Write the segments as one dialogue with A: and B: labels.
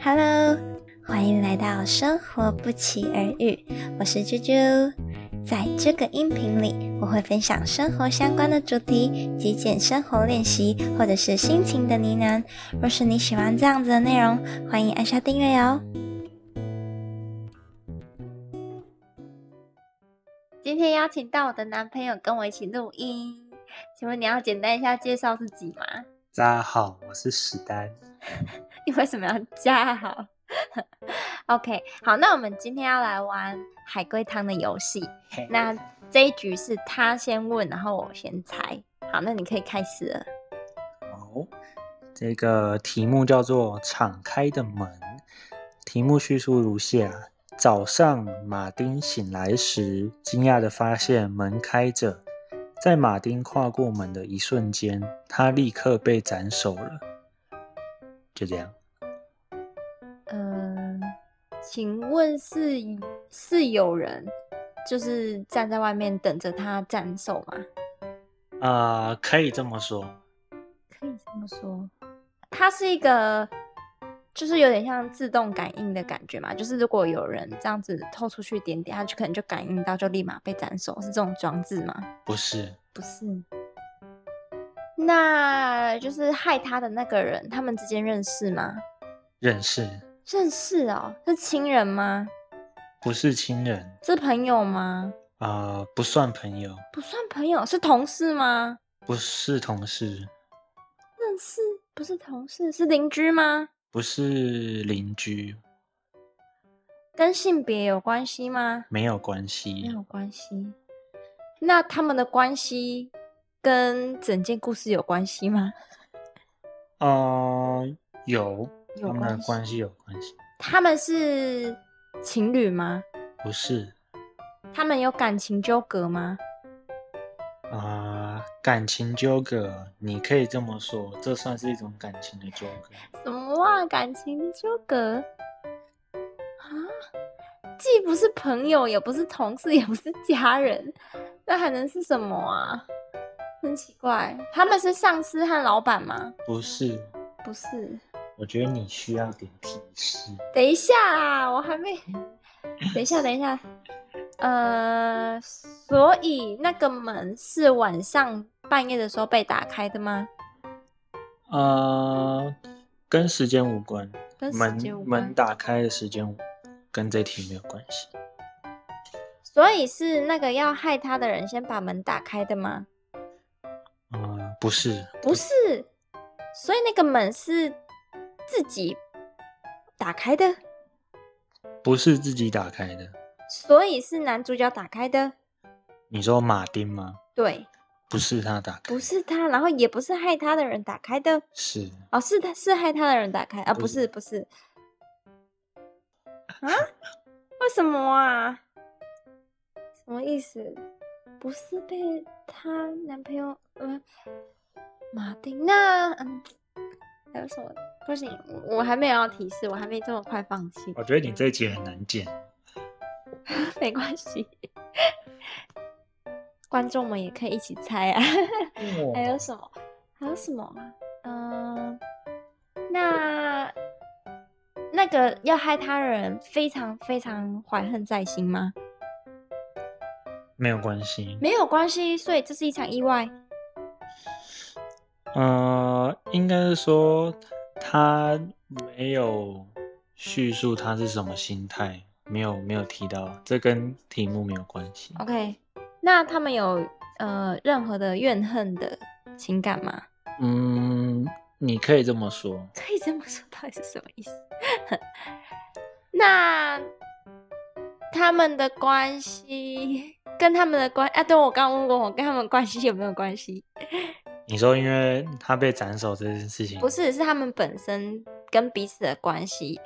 A: Hello，欢迎来到生活不期而遇，我是啾啾。在这个音频里，我会分享生活相关的主题、极简生活练习，或者是心情的呢喃。若是你喜欢这样子的内容，欢迎按下订阅哦。今天邀请到我的男朋友跟我一起录音，请问你要简单一下介绍自己吗？
B: 大家好，我是史丹。
A: 你为什么要加好 ？OK，好，那我们今天要来玩海龟汤的游戏。
B: 嘿
A: 那这一局是他先问，然后我先猜。好，那你可以开始了。
B: 好，这个题目叫做《敞开的门》。题目叙述如下：早上，马丁醒来时，惊讶地发现门开着。在马丁跨过门的一瞬间，他立刻被斩首了。就这样，
A: 嗯、请问是是有人就是站在外面等着他斩首吗？
B: 啊、可以这么说。
A: 可以这么说，它是一个，就是有点像自动感应的感觉嘛。就是如果有人这样子透出去一点点，它就可能就感应到，就立马被斩首，是这种装置吗？
B: 不是，
A: 不是。那就是害他的那个人，他们之间认识吗？
B: 认识，
A: 认识哦，是亲人吗？
B: 不是亲人，
A: 是朋友吗？
B: 啊、不算朋友，
A: 不算朋友，是同事吗？
B: 不是同事，
A: 认识不是同事，是邻居吗？
B: 不是邻居，
A: 跟性别有关系吗？嗯
B: 没有关系
A: 没，有关系。那他们的关系跟整件故事有关系吗？
B: 呃，有，
A: 有
B: 他们
A: 关
B: 的
A: 系
B: 关系有关系，
A: 他们是情侣吗？
B: 不是
A: 他们有感情纠葛吗？
B: 啊、呃感情纠葛，你可以这么说，这算是一种感情的纠葛，
A: 什么啊？感情纠葛啊？既不是朋友，也不是同事，也不是家人，那还能是什么啊？很奇怪，他们是上司和老板吗？
B: 不是，
A: 不是，
B: 我觉得你需要点提示，
A: 等一下啊，我 还没。等一下，等一下。呃，所以那个门是晚上半夜的时候被打开的吗？
B: 呃，跟时间无关，
A: 跟时
B: 门
A: 间无关
B: 门。打开的时间跟这题没有关系，
A: 所以是那个要害他的人先把门打开的吗？
B: 嗯、呃，不是，
A: 不是，所以那个门是自己打开的，
B: 不是自己打开的，
A: 所以是男主角打开的。
B: 你说马丁吗？
A: 对，
B: 不是他打开，
A: 不是他，然后也不是害他的人打开的。
B: 是
A: 哦，是他是害他的人打开啊？不
B: 不
A: 是
B: 是
A: 不是啊？为什么啊？什么意思？不是被她男朋友嗯、马丁那嗯还有什么？不行，我我还没有要提示，我还没这么快放弃，
B: 我觉得你这一集
A: 嗯
B: 很难剪。
A: 没关系，观众们也可以一起猜啊。还有什么？还有什么啊？嗯、那那个要害他的人非常非常怀恨在心吗？
B: 没有关系。
A: 没有关系，所以这是一场意外。
B: 呃，应该是说他没有叙述他是什么心态，没有没有提到，这跟题目没有关系。
A: OK，那他们有呃任何的怨恨的情感吗？
B: 嗯，你可以这么说，
A: 可以这么说，到底是什么意思？ 那他们的关系跟他们的关啊，对我刚刚问过我跟他们关系有没有关系？
B: 你说因为他被斩首这件事情，
A: 不是，是他们本身跟彼此的关系。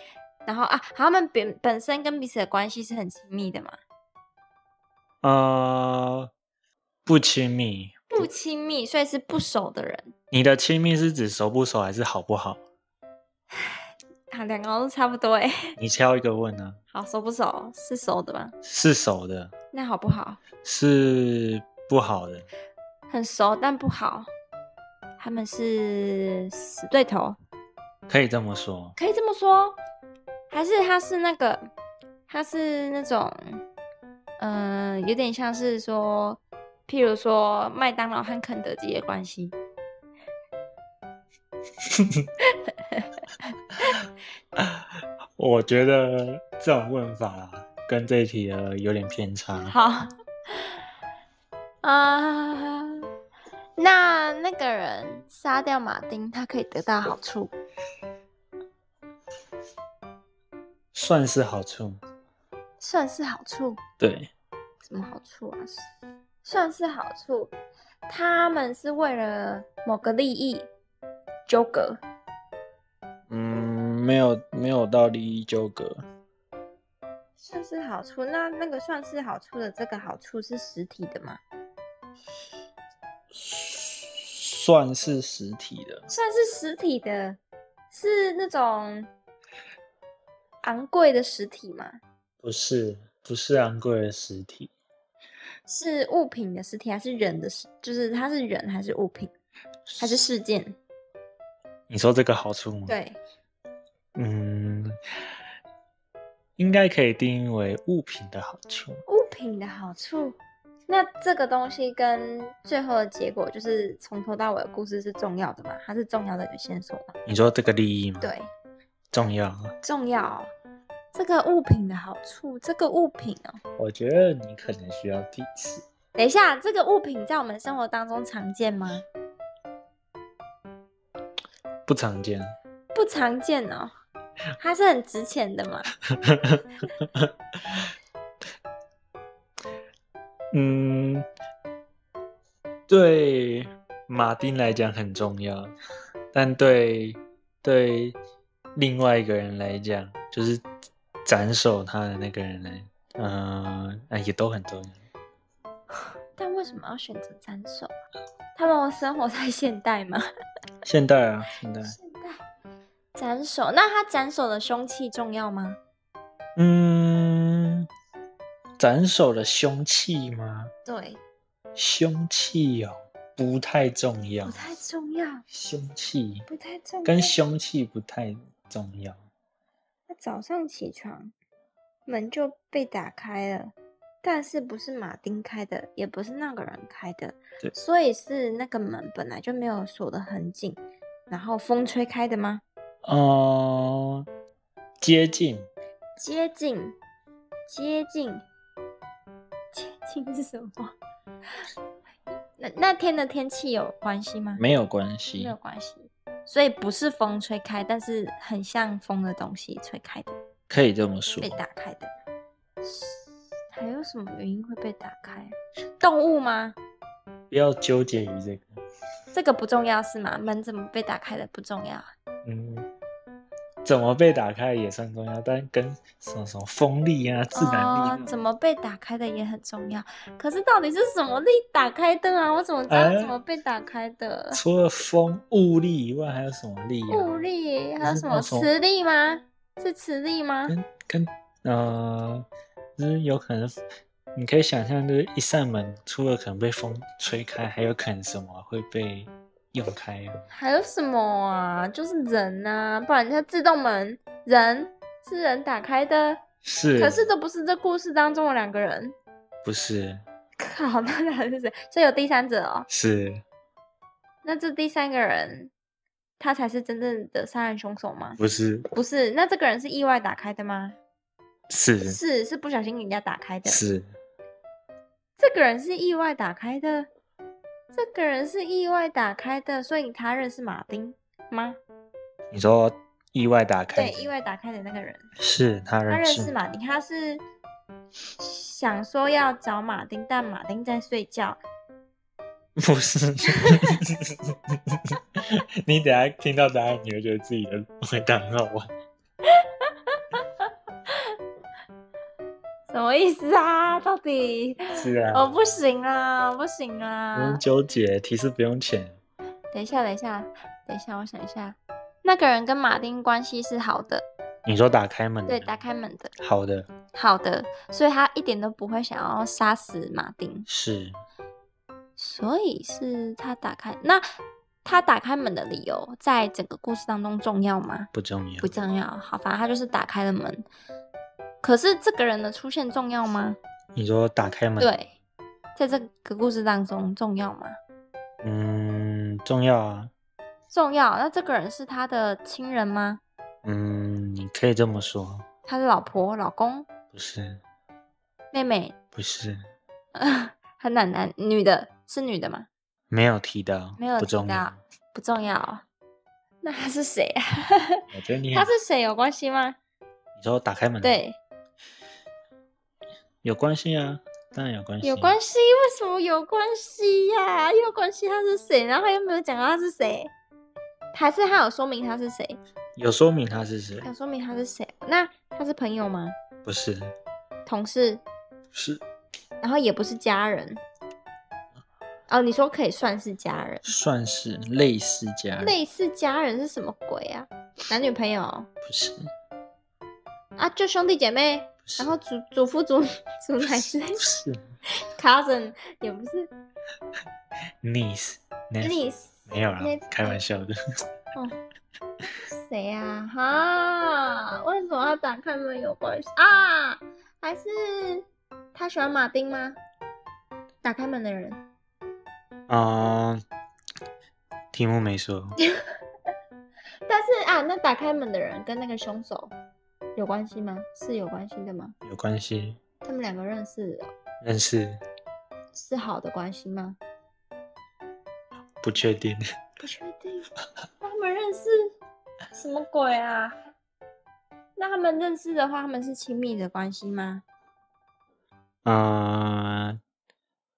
A: 然后啊，他们本本身跟彼此的关系是很亲密的嘛？
B: 呃不亲密。
A: 不亲密，所以是不熟的人，
B: 你的亲密是指熟不熟还是好不好？
A: 啊，两个都差不多哎。
B: 你挑一个问啊，
A: 好，熟不熟？是熟的吧？
B: 是熟的，
A: 那好不好？
B: 是不好的，
A: 很熟但不好。他们是死对头，
B: 可以这么说。
A: 可以这么说，还是他是那个，他是那种，嗯、有点像是说，譬如说麦当劳和肯德基的关系，
B: 我觉得这种问法啊跟这一题呃有点偏差。
A: 好，啊、那那个人杀掉马丁，他可以得到好处，
B: 算是好处，
A: 算是好处，
B: 对，
A: 什么好处啊？算是好处，他们是为了某个利益纠葛，
B: 嗯，没有没有到利益纠葛，
A: 算是好处。那那个算是好处的这个好处是实体的吗？
B: 算是实体的，
A: 算是实体的，是那种昂贵的实体吗？
B: 不是不是昂贵的实体，
A: 是物品的实体还是人的实？就是它是人还是物品，还是事件？
B: 你说这个好处吗？，
A: 对，
B: 嗯，应该可以定义为物品的好处。
A: 物品的好处。那这个东西跟最后的结果，就是从头到尾的故事是重要的吗？它是重要的一个线索吗？
B: 你说这个利益吗？，
A: 对，
B: 重要。
A: 重要哦、这个物品的好处，这个物品哦，
B: 我觉得你可能需要提示。
A: 等一下，这个物品在我们生活当中常见吗？
B: 不常见，
A: 不常见 哦，它是很值钱的嘛？
B: 嗯，对马丁来讲很重要，但对对另外一个人来讲，就是斩首他的那个人来，嗯、呃，也都很重要。
A: 但为什么要选择斩首啊？他们生活在现代吗？
B: 现代啊，现代，
A: 现代斩首，哎那他斩首的凶器重要吗？
B: 嗯，斩首的凶器吗？
A: 对，
B: 凶器哦，不太重要
A: 不。太重要，
B: 凶器
A: 不太重要。
B: 跟凶器不太重要。
A: 他早上起床，门就被打开了，但是不是马丁开的，也不是那个人开的
B: 对，
A: 所以是那个门本来就没有锁得很紧，然后风吹开的吗？
B: 嗯，接近
A: 接近，接近，接近是什么？那那天的天气有关系吗？
B: 没有关
A: 没
B: 系
A: 有，关系，所以不是风吹开，但是很像风的东西吹开的，
B: 可以这么说
A: 被。打开的。还有什么原因会被打开？动物吗？
B: 不要纠结于这个。
A: 这个不重要是吗？门怎么被打开的不重要，
B: 嗯，怎么被打开也算重要，但跟什么什么风力啊、自然力、
A: 哦、怎么被打开的也很重要。可是到底是什么力打开的啊？我怎么知道
B: 哎
A: 怎么被打开的？
B: 除了风物力以外，还有什么力啊？
A: 物力还有
B: 是
A: 什
B: 那
A: 么
B: 种
A: 磁力吗？是磁力吗？
B: 跟跟呃，就是有可能，你可以想象，就是一扇门，除了可能被风吹开，还有可能什么会被用开啊。
A: 还有什么啊？就是人呐、不然它自动门人是人打开的，
B: 是，
A: 可是都不是这故事当中的两个人。
B: 不是
A: 靠，那到底是谁？所以有第三者哦。
B: 是
A: 那这第三个人，他才是真正的杀人凶手吗？
B: 不是
A: 不是，那这个人是意外打开的吗？
B: 是
A: 是，是不小心给人家打开的。
B: 是
A: 这个人是意外打开的，这个人是意外打开的，所以他认识马丁吗？
B: 你说意外打开
A: 对
B: 的，，
A: 意外打开的那个人。
B: 是他
A: 他
B: 认
A: 认
B: 识
A: 识马丁，他是想说要找马丁，但马丁在睡觉。
B: 不是， 你等一下听到答案，你会啊觉得自己的回答很好玩。
A: 什么意思啊？到 底
B: 是啊，
A: 我不行啦，不行
B: 不
A: 啦
B: 用！纠结，提示不用钱，
A: 等一下，等一下，等一下，我想一下。那个人跟马丁关系是好的，
B: 你说打开门，
A: 对，打，开门的，
B: 好的，
A: 好的，所以他一点都不会想要杀死马丁，
B: 是
A: 所以是他打开。那他打开门的理由在整个故事当中重要吗？
B: 不重要
A: 不，重要。好，反正他就是打开了门。可是这个人的出现重要吗？
B: 你说打开门，，
A: 对，在这个故事当中重要吗？
B: 嗯，重要啊，
A: 重要。那这个人是他的亲人吗？
B: 嗯，你可以这么说，
A: 他的老婆、老公、
B: 不是，
A: 妹妹，
B: 不是，
A: 很难男女的是女的吗？
B: 没有提到，
A: 没有
B: 不
A: 提
B: 重
A: 到
B: 要。，
A: 不重要。那他是谁啊？
B: 我觉得你
A: 他
B: 很
A: 是谁有关系吗？
B: 你说打开门，，
A: 对，
B: 有关系啊，当然有关系，
A: 嗯
B: 啊
A: 有关系，为什么有关系呀、有关系他是谁？然后他又没有讲到他是谁，还是他有说明他是谁？
B: 有说明他是谁，
A: 有说明他是谁？那他是朋友吗？
B: 不是，
A: 同事？
B: 是
A: 然后也不是家人。哦，你说可以算是家人，
B: 算是类似家人，
A: 类似家人是什么鬼啊？男女朋友
B: 不是，
A: 啊，就兄弟姐妹，
B: 不是，
A: 然后祖祖父祖祖奶之类
B: 不 是
A: ，cousin 也不是
B: niece，
A: ，niece
B: 没有啦
A: 那，
B: 开玩笑 的，
A: 谁呀、哈，为什么要打开门有关系啊？还是他喜欢马丁吗？打开门的人，
B: 嗯，题目没说，
A: 但是啊，那打开门的人跟那个凶手有关系吗？是有关系的吗？
B: 有关系，
A: 他们两个认识呃
B: 认识，
A: 是好的关系吗？
B: 不确定，
A: 不确定，那他们认识什么鬼啊？那他们认识的话，他们是亲密的关系吗？
B: 嗯，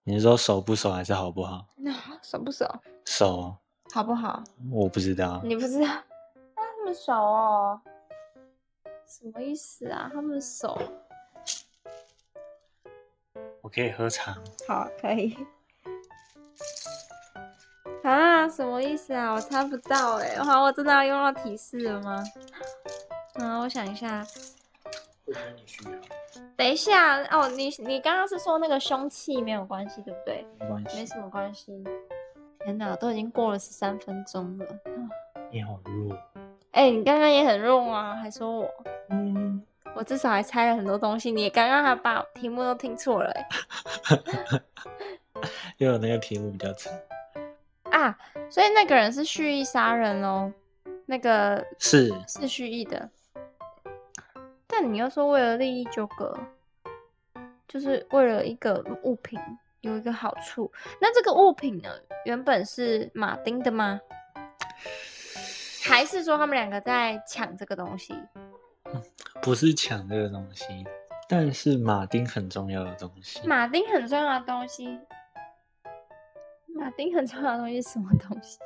B: 你是说熟不熟还是好不好？
A: 那熟不熟？
B: 熟，
A: 好不好？
B: 我不知道，
A: 你不知道？那啊他们熟哦？什么意思啊？他们熟？
B: 我可以喝茶吗，
A: 好，可以。啊，什么意思啊？我猜不到哎、哇，我真的要用到提示了吗？嗯，我想一下。
B: 我觉得你需要，
A: 等一下哦，你你刚刚是说那个凶器没有关系，对不对？
B: 没关
A: 没
B: 系，
A: 什么关系。天哪，都已经过了十三分钟了。
B: 你好弱，
A: 哎、你刚刚也很弱啊，还说我，
B: 嗯，
A: 我至少还猜了很多东西。你刚刚还把题目都听错了、欸、
B: 因为我那个题目比较长，
A: 啊！所以那个人是蓄意杀人哦，那个
B: 是
A: 是蓄意的。但你又说为了利益纠葛，就是为了一个物品有一个好处，那这个物品呢，原本是马丁的吗？还是说他们两个在抢这个东西？
B: 不是抢这个东西，但是马丁很重要的东西。
A: 马丁很重要的东西，马丁很重要的东西是什么东西？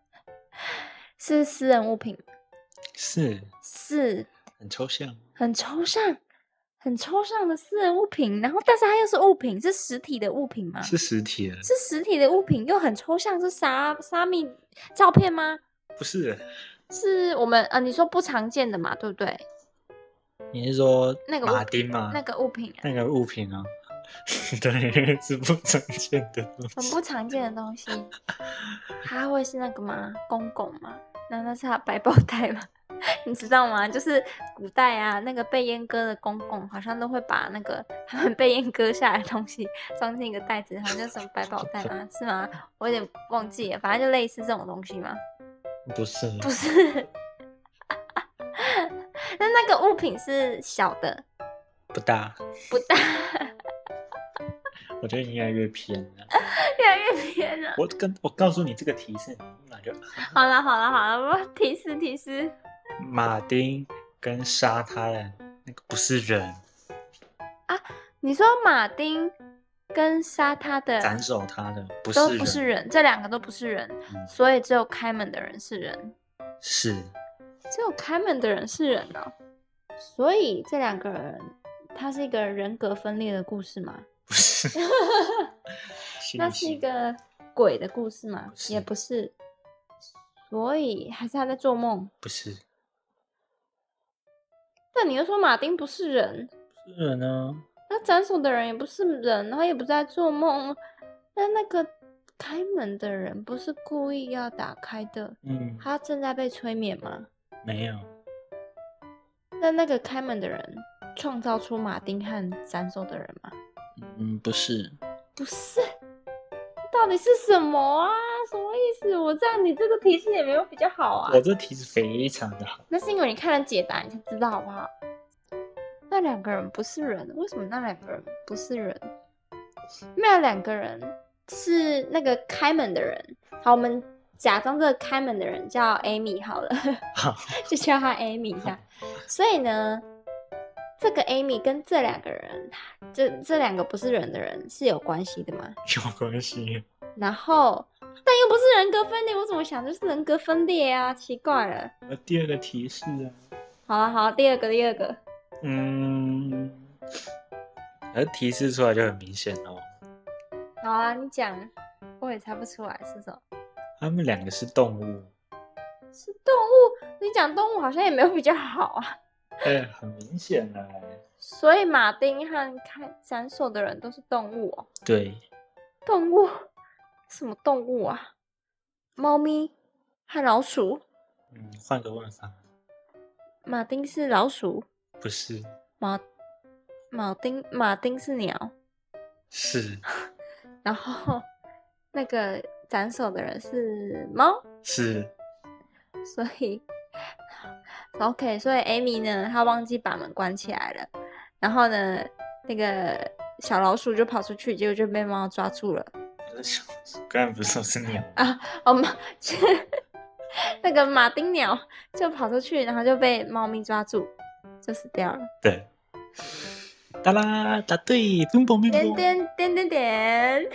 A: 是私人物品吗，
B: 是
A: 是
B: 很抽象，
A: 很抽象、很抽象的私人物品，然后但是它又是物品，是实体的物品吗？
B: 是实体的，
A: 是实体的物品又很抽象，是啥啥米照片吗？
B: 不是？
A: 是我们呃，你说不常见的嘛，对不对？
B: 你是说
A: 那个物
B: 马
A: 品
B: 丁吗？
A: 那个物品啊、
B: 那个物品啊？ 对，是不常见的东
A: 很
B: 西。
A: 不常见的东西，它会是那个吗？公公吗？难道是他百宝袋吗？ 你知道吗？就是古代啊，那个被阉割的公公好像都会把那个他们被阉割下来的东西 装进一个袋子，好像叫什么百宝袋吗？是吗？我有点忘记了，反正就类似这种东西嘛。
B: 不是，
A: 不是。 那那个物品是小的，
B: 不大。
A: 不大，
B: 我觉得你越来越偏了。
A: 越来越偏了。
B: 我跟我告诉你这个提示，你立马就
A: 好了好了好了，我提示提示，
B: 马丁跟杀他人那个不是人，
A: 你说马丁跟杀他的
B: 斩首他的不是
A: 都
B: 人，
A: 不是人，这两个都不是人，
B: 嗯
A: 所以只有开门的人是人，
B: 是
A: 只有开门的人是人哦。所以这两个人，他是一个人格分裂的故事吗？
B: 不是？
A: 那是
B: 猩
A: 一
B: 猩
A: 个鬼的故事吗？
B: 是
A: 也不是，所以还是他在做梦。
B: 不是
A: 但你又说马丁不是人，
B: 不是人呢？
A: 啊那斩首的人也不是人，然后也不是在做梦，那那个开门的人不是故意要打开的，
B: 嗯，
A: 他正在被催眠吗？
B: 没有，
A: 那那个开门的人创造出马丁和斩首的人吗？
B: 嗯，不是，
A: 不是，到底是什么啊？什么意思？我这样你这个提示也没有比较好啊
B: 我。这题是非常的好，
A: 那是因为你看了解答，你才知道好不好？那两个人不是人，为什么那两个人不是人？那两个人是那个开门的人。好，我们假装这个开门的人叫 Amy 好了，
B: 好，
A: 就叫他 Amy 这样。所以呢，这个 Amy 跟这两个人，这这两个不是人的人是有关系的吗？
B: 有关系，
A: 然后，但又不是人格分裂，我怎么想就是人格分裂啊？奇怪了。
B: 呃，第二个提示啊，
A: 好了好了，第二个第二个。
B: 嗯，而提示出来就很明显哦，
A: 好啊，你讲，我也猜不出来是什么。
B: 他们两个是动物，
A: 是动物，你讲动物好像也没有比较好啊。
B: 哎、很明显啊，
A: 所以马丁和开斩首的人都是动物哦。
B: 对，
A: 动物？什么动物啊？猫咪和老鼠。
B: 嗯，换个问法，
A: 马丁是老鼠，
B: 不是，
A: 马马丁马丁是鸟，
B: 是
A: 然后 那个斩首的人是猫。
B: 是，
A: 所以，OK，所以 Amy 呢，她忘记把门关起来了，然后呢，那个小老鼠就跑出去，结果就被猫抓住了。
B: 刚才不是说是鸟吗？
A: 哦，马， 那个马丁鸟就跑出去，然后就被猫咪抓住，就死掉了。
B: 对，哒啦，答对，冰嘣冰
A: 点
B: 嘣。
A: 点点点点，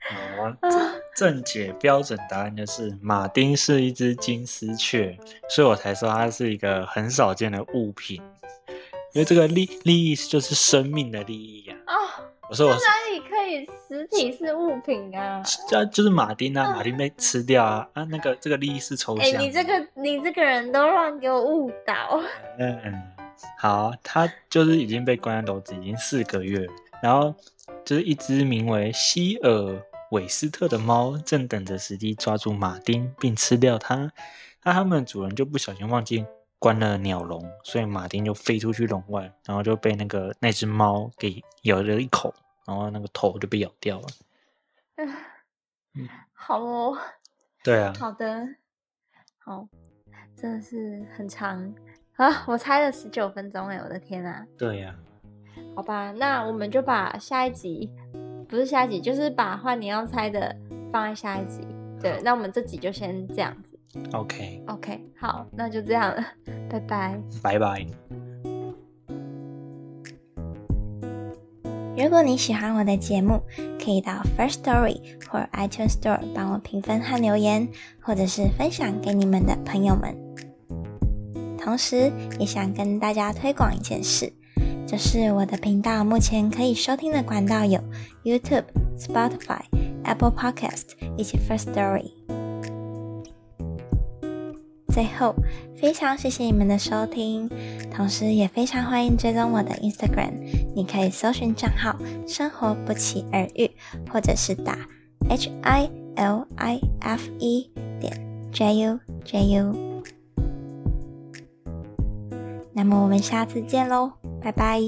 B: 好啊
A: 啊，
B: 正解标准答案就是马丁是一只金丝雀，所以我才说它是一个很少见的物品，因为这个利利益就是生命的利益呀、
A: 哦，
B: 我说我是
A: 哪里可以实体是物品啊？
B: 这就是马丁啊，马丁被吃掉啊啊，那个这个利益是抽
A: 嗯哎、
B: 象的。
A: 你这个你这个人都让给我误导。
B: 嗯，好，它就是已经被关在笼子已经四个月了，然后就是一只名为希尔韦斯特的猫，正等着时机抓住马丁并吃掉它。那它们主人就不小心忘记关了鸟笼，所以马丁就飞出去笼外，然后就被那个那只猫给咬了一口，然后那个头就被咬掉了。嗯
A: 好哦。
B: 对啊，
A: 好的，好，真的是很长啊！我猜了十九分钟哎，我的天啊！
B: 对呀、
A: 好吧，那我们就把下一集，不是下一集，就是把换你要猜的放在下一集。对
B: 好，
A: 那我们这集就先这样子。
B: OK，
A: OK，好，那就这样了，拜拜。
B: 拜拜。
C: 如果你喜欢我的节目，可以到 First Story 或 iTunes Store 帮我评分和留言，或者是分享给你们的朋友们。同时，也想跟大家推广一件事，就是我的频道目前可以收听的管道有 YouTube、Spotify、Apple Podcast 以及 First Story。最后，非常谢谢你们的收听，同时也非常欢迎追踪我的 Instagram。你可以搜寻账号“生活不期而遇”，或者是打 H I L I F E 点 J U J U。那么我们下次见喽，拜拜。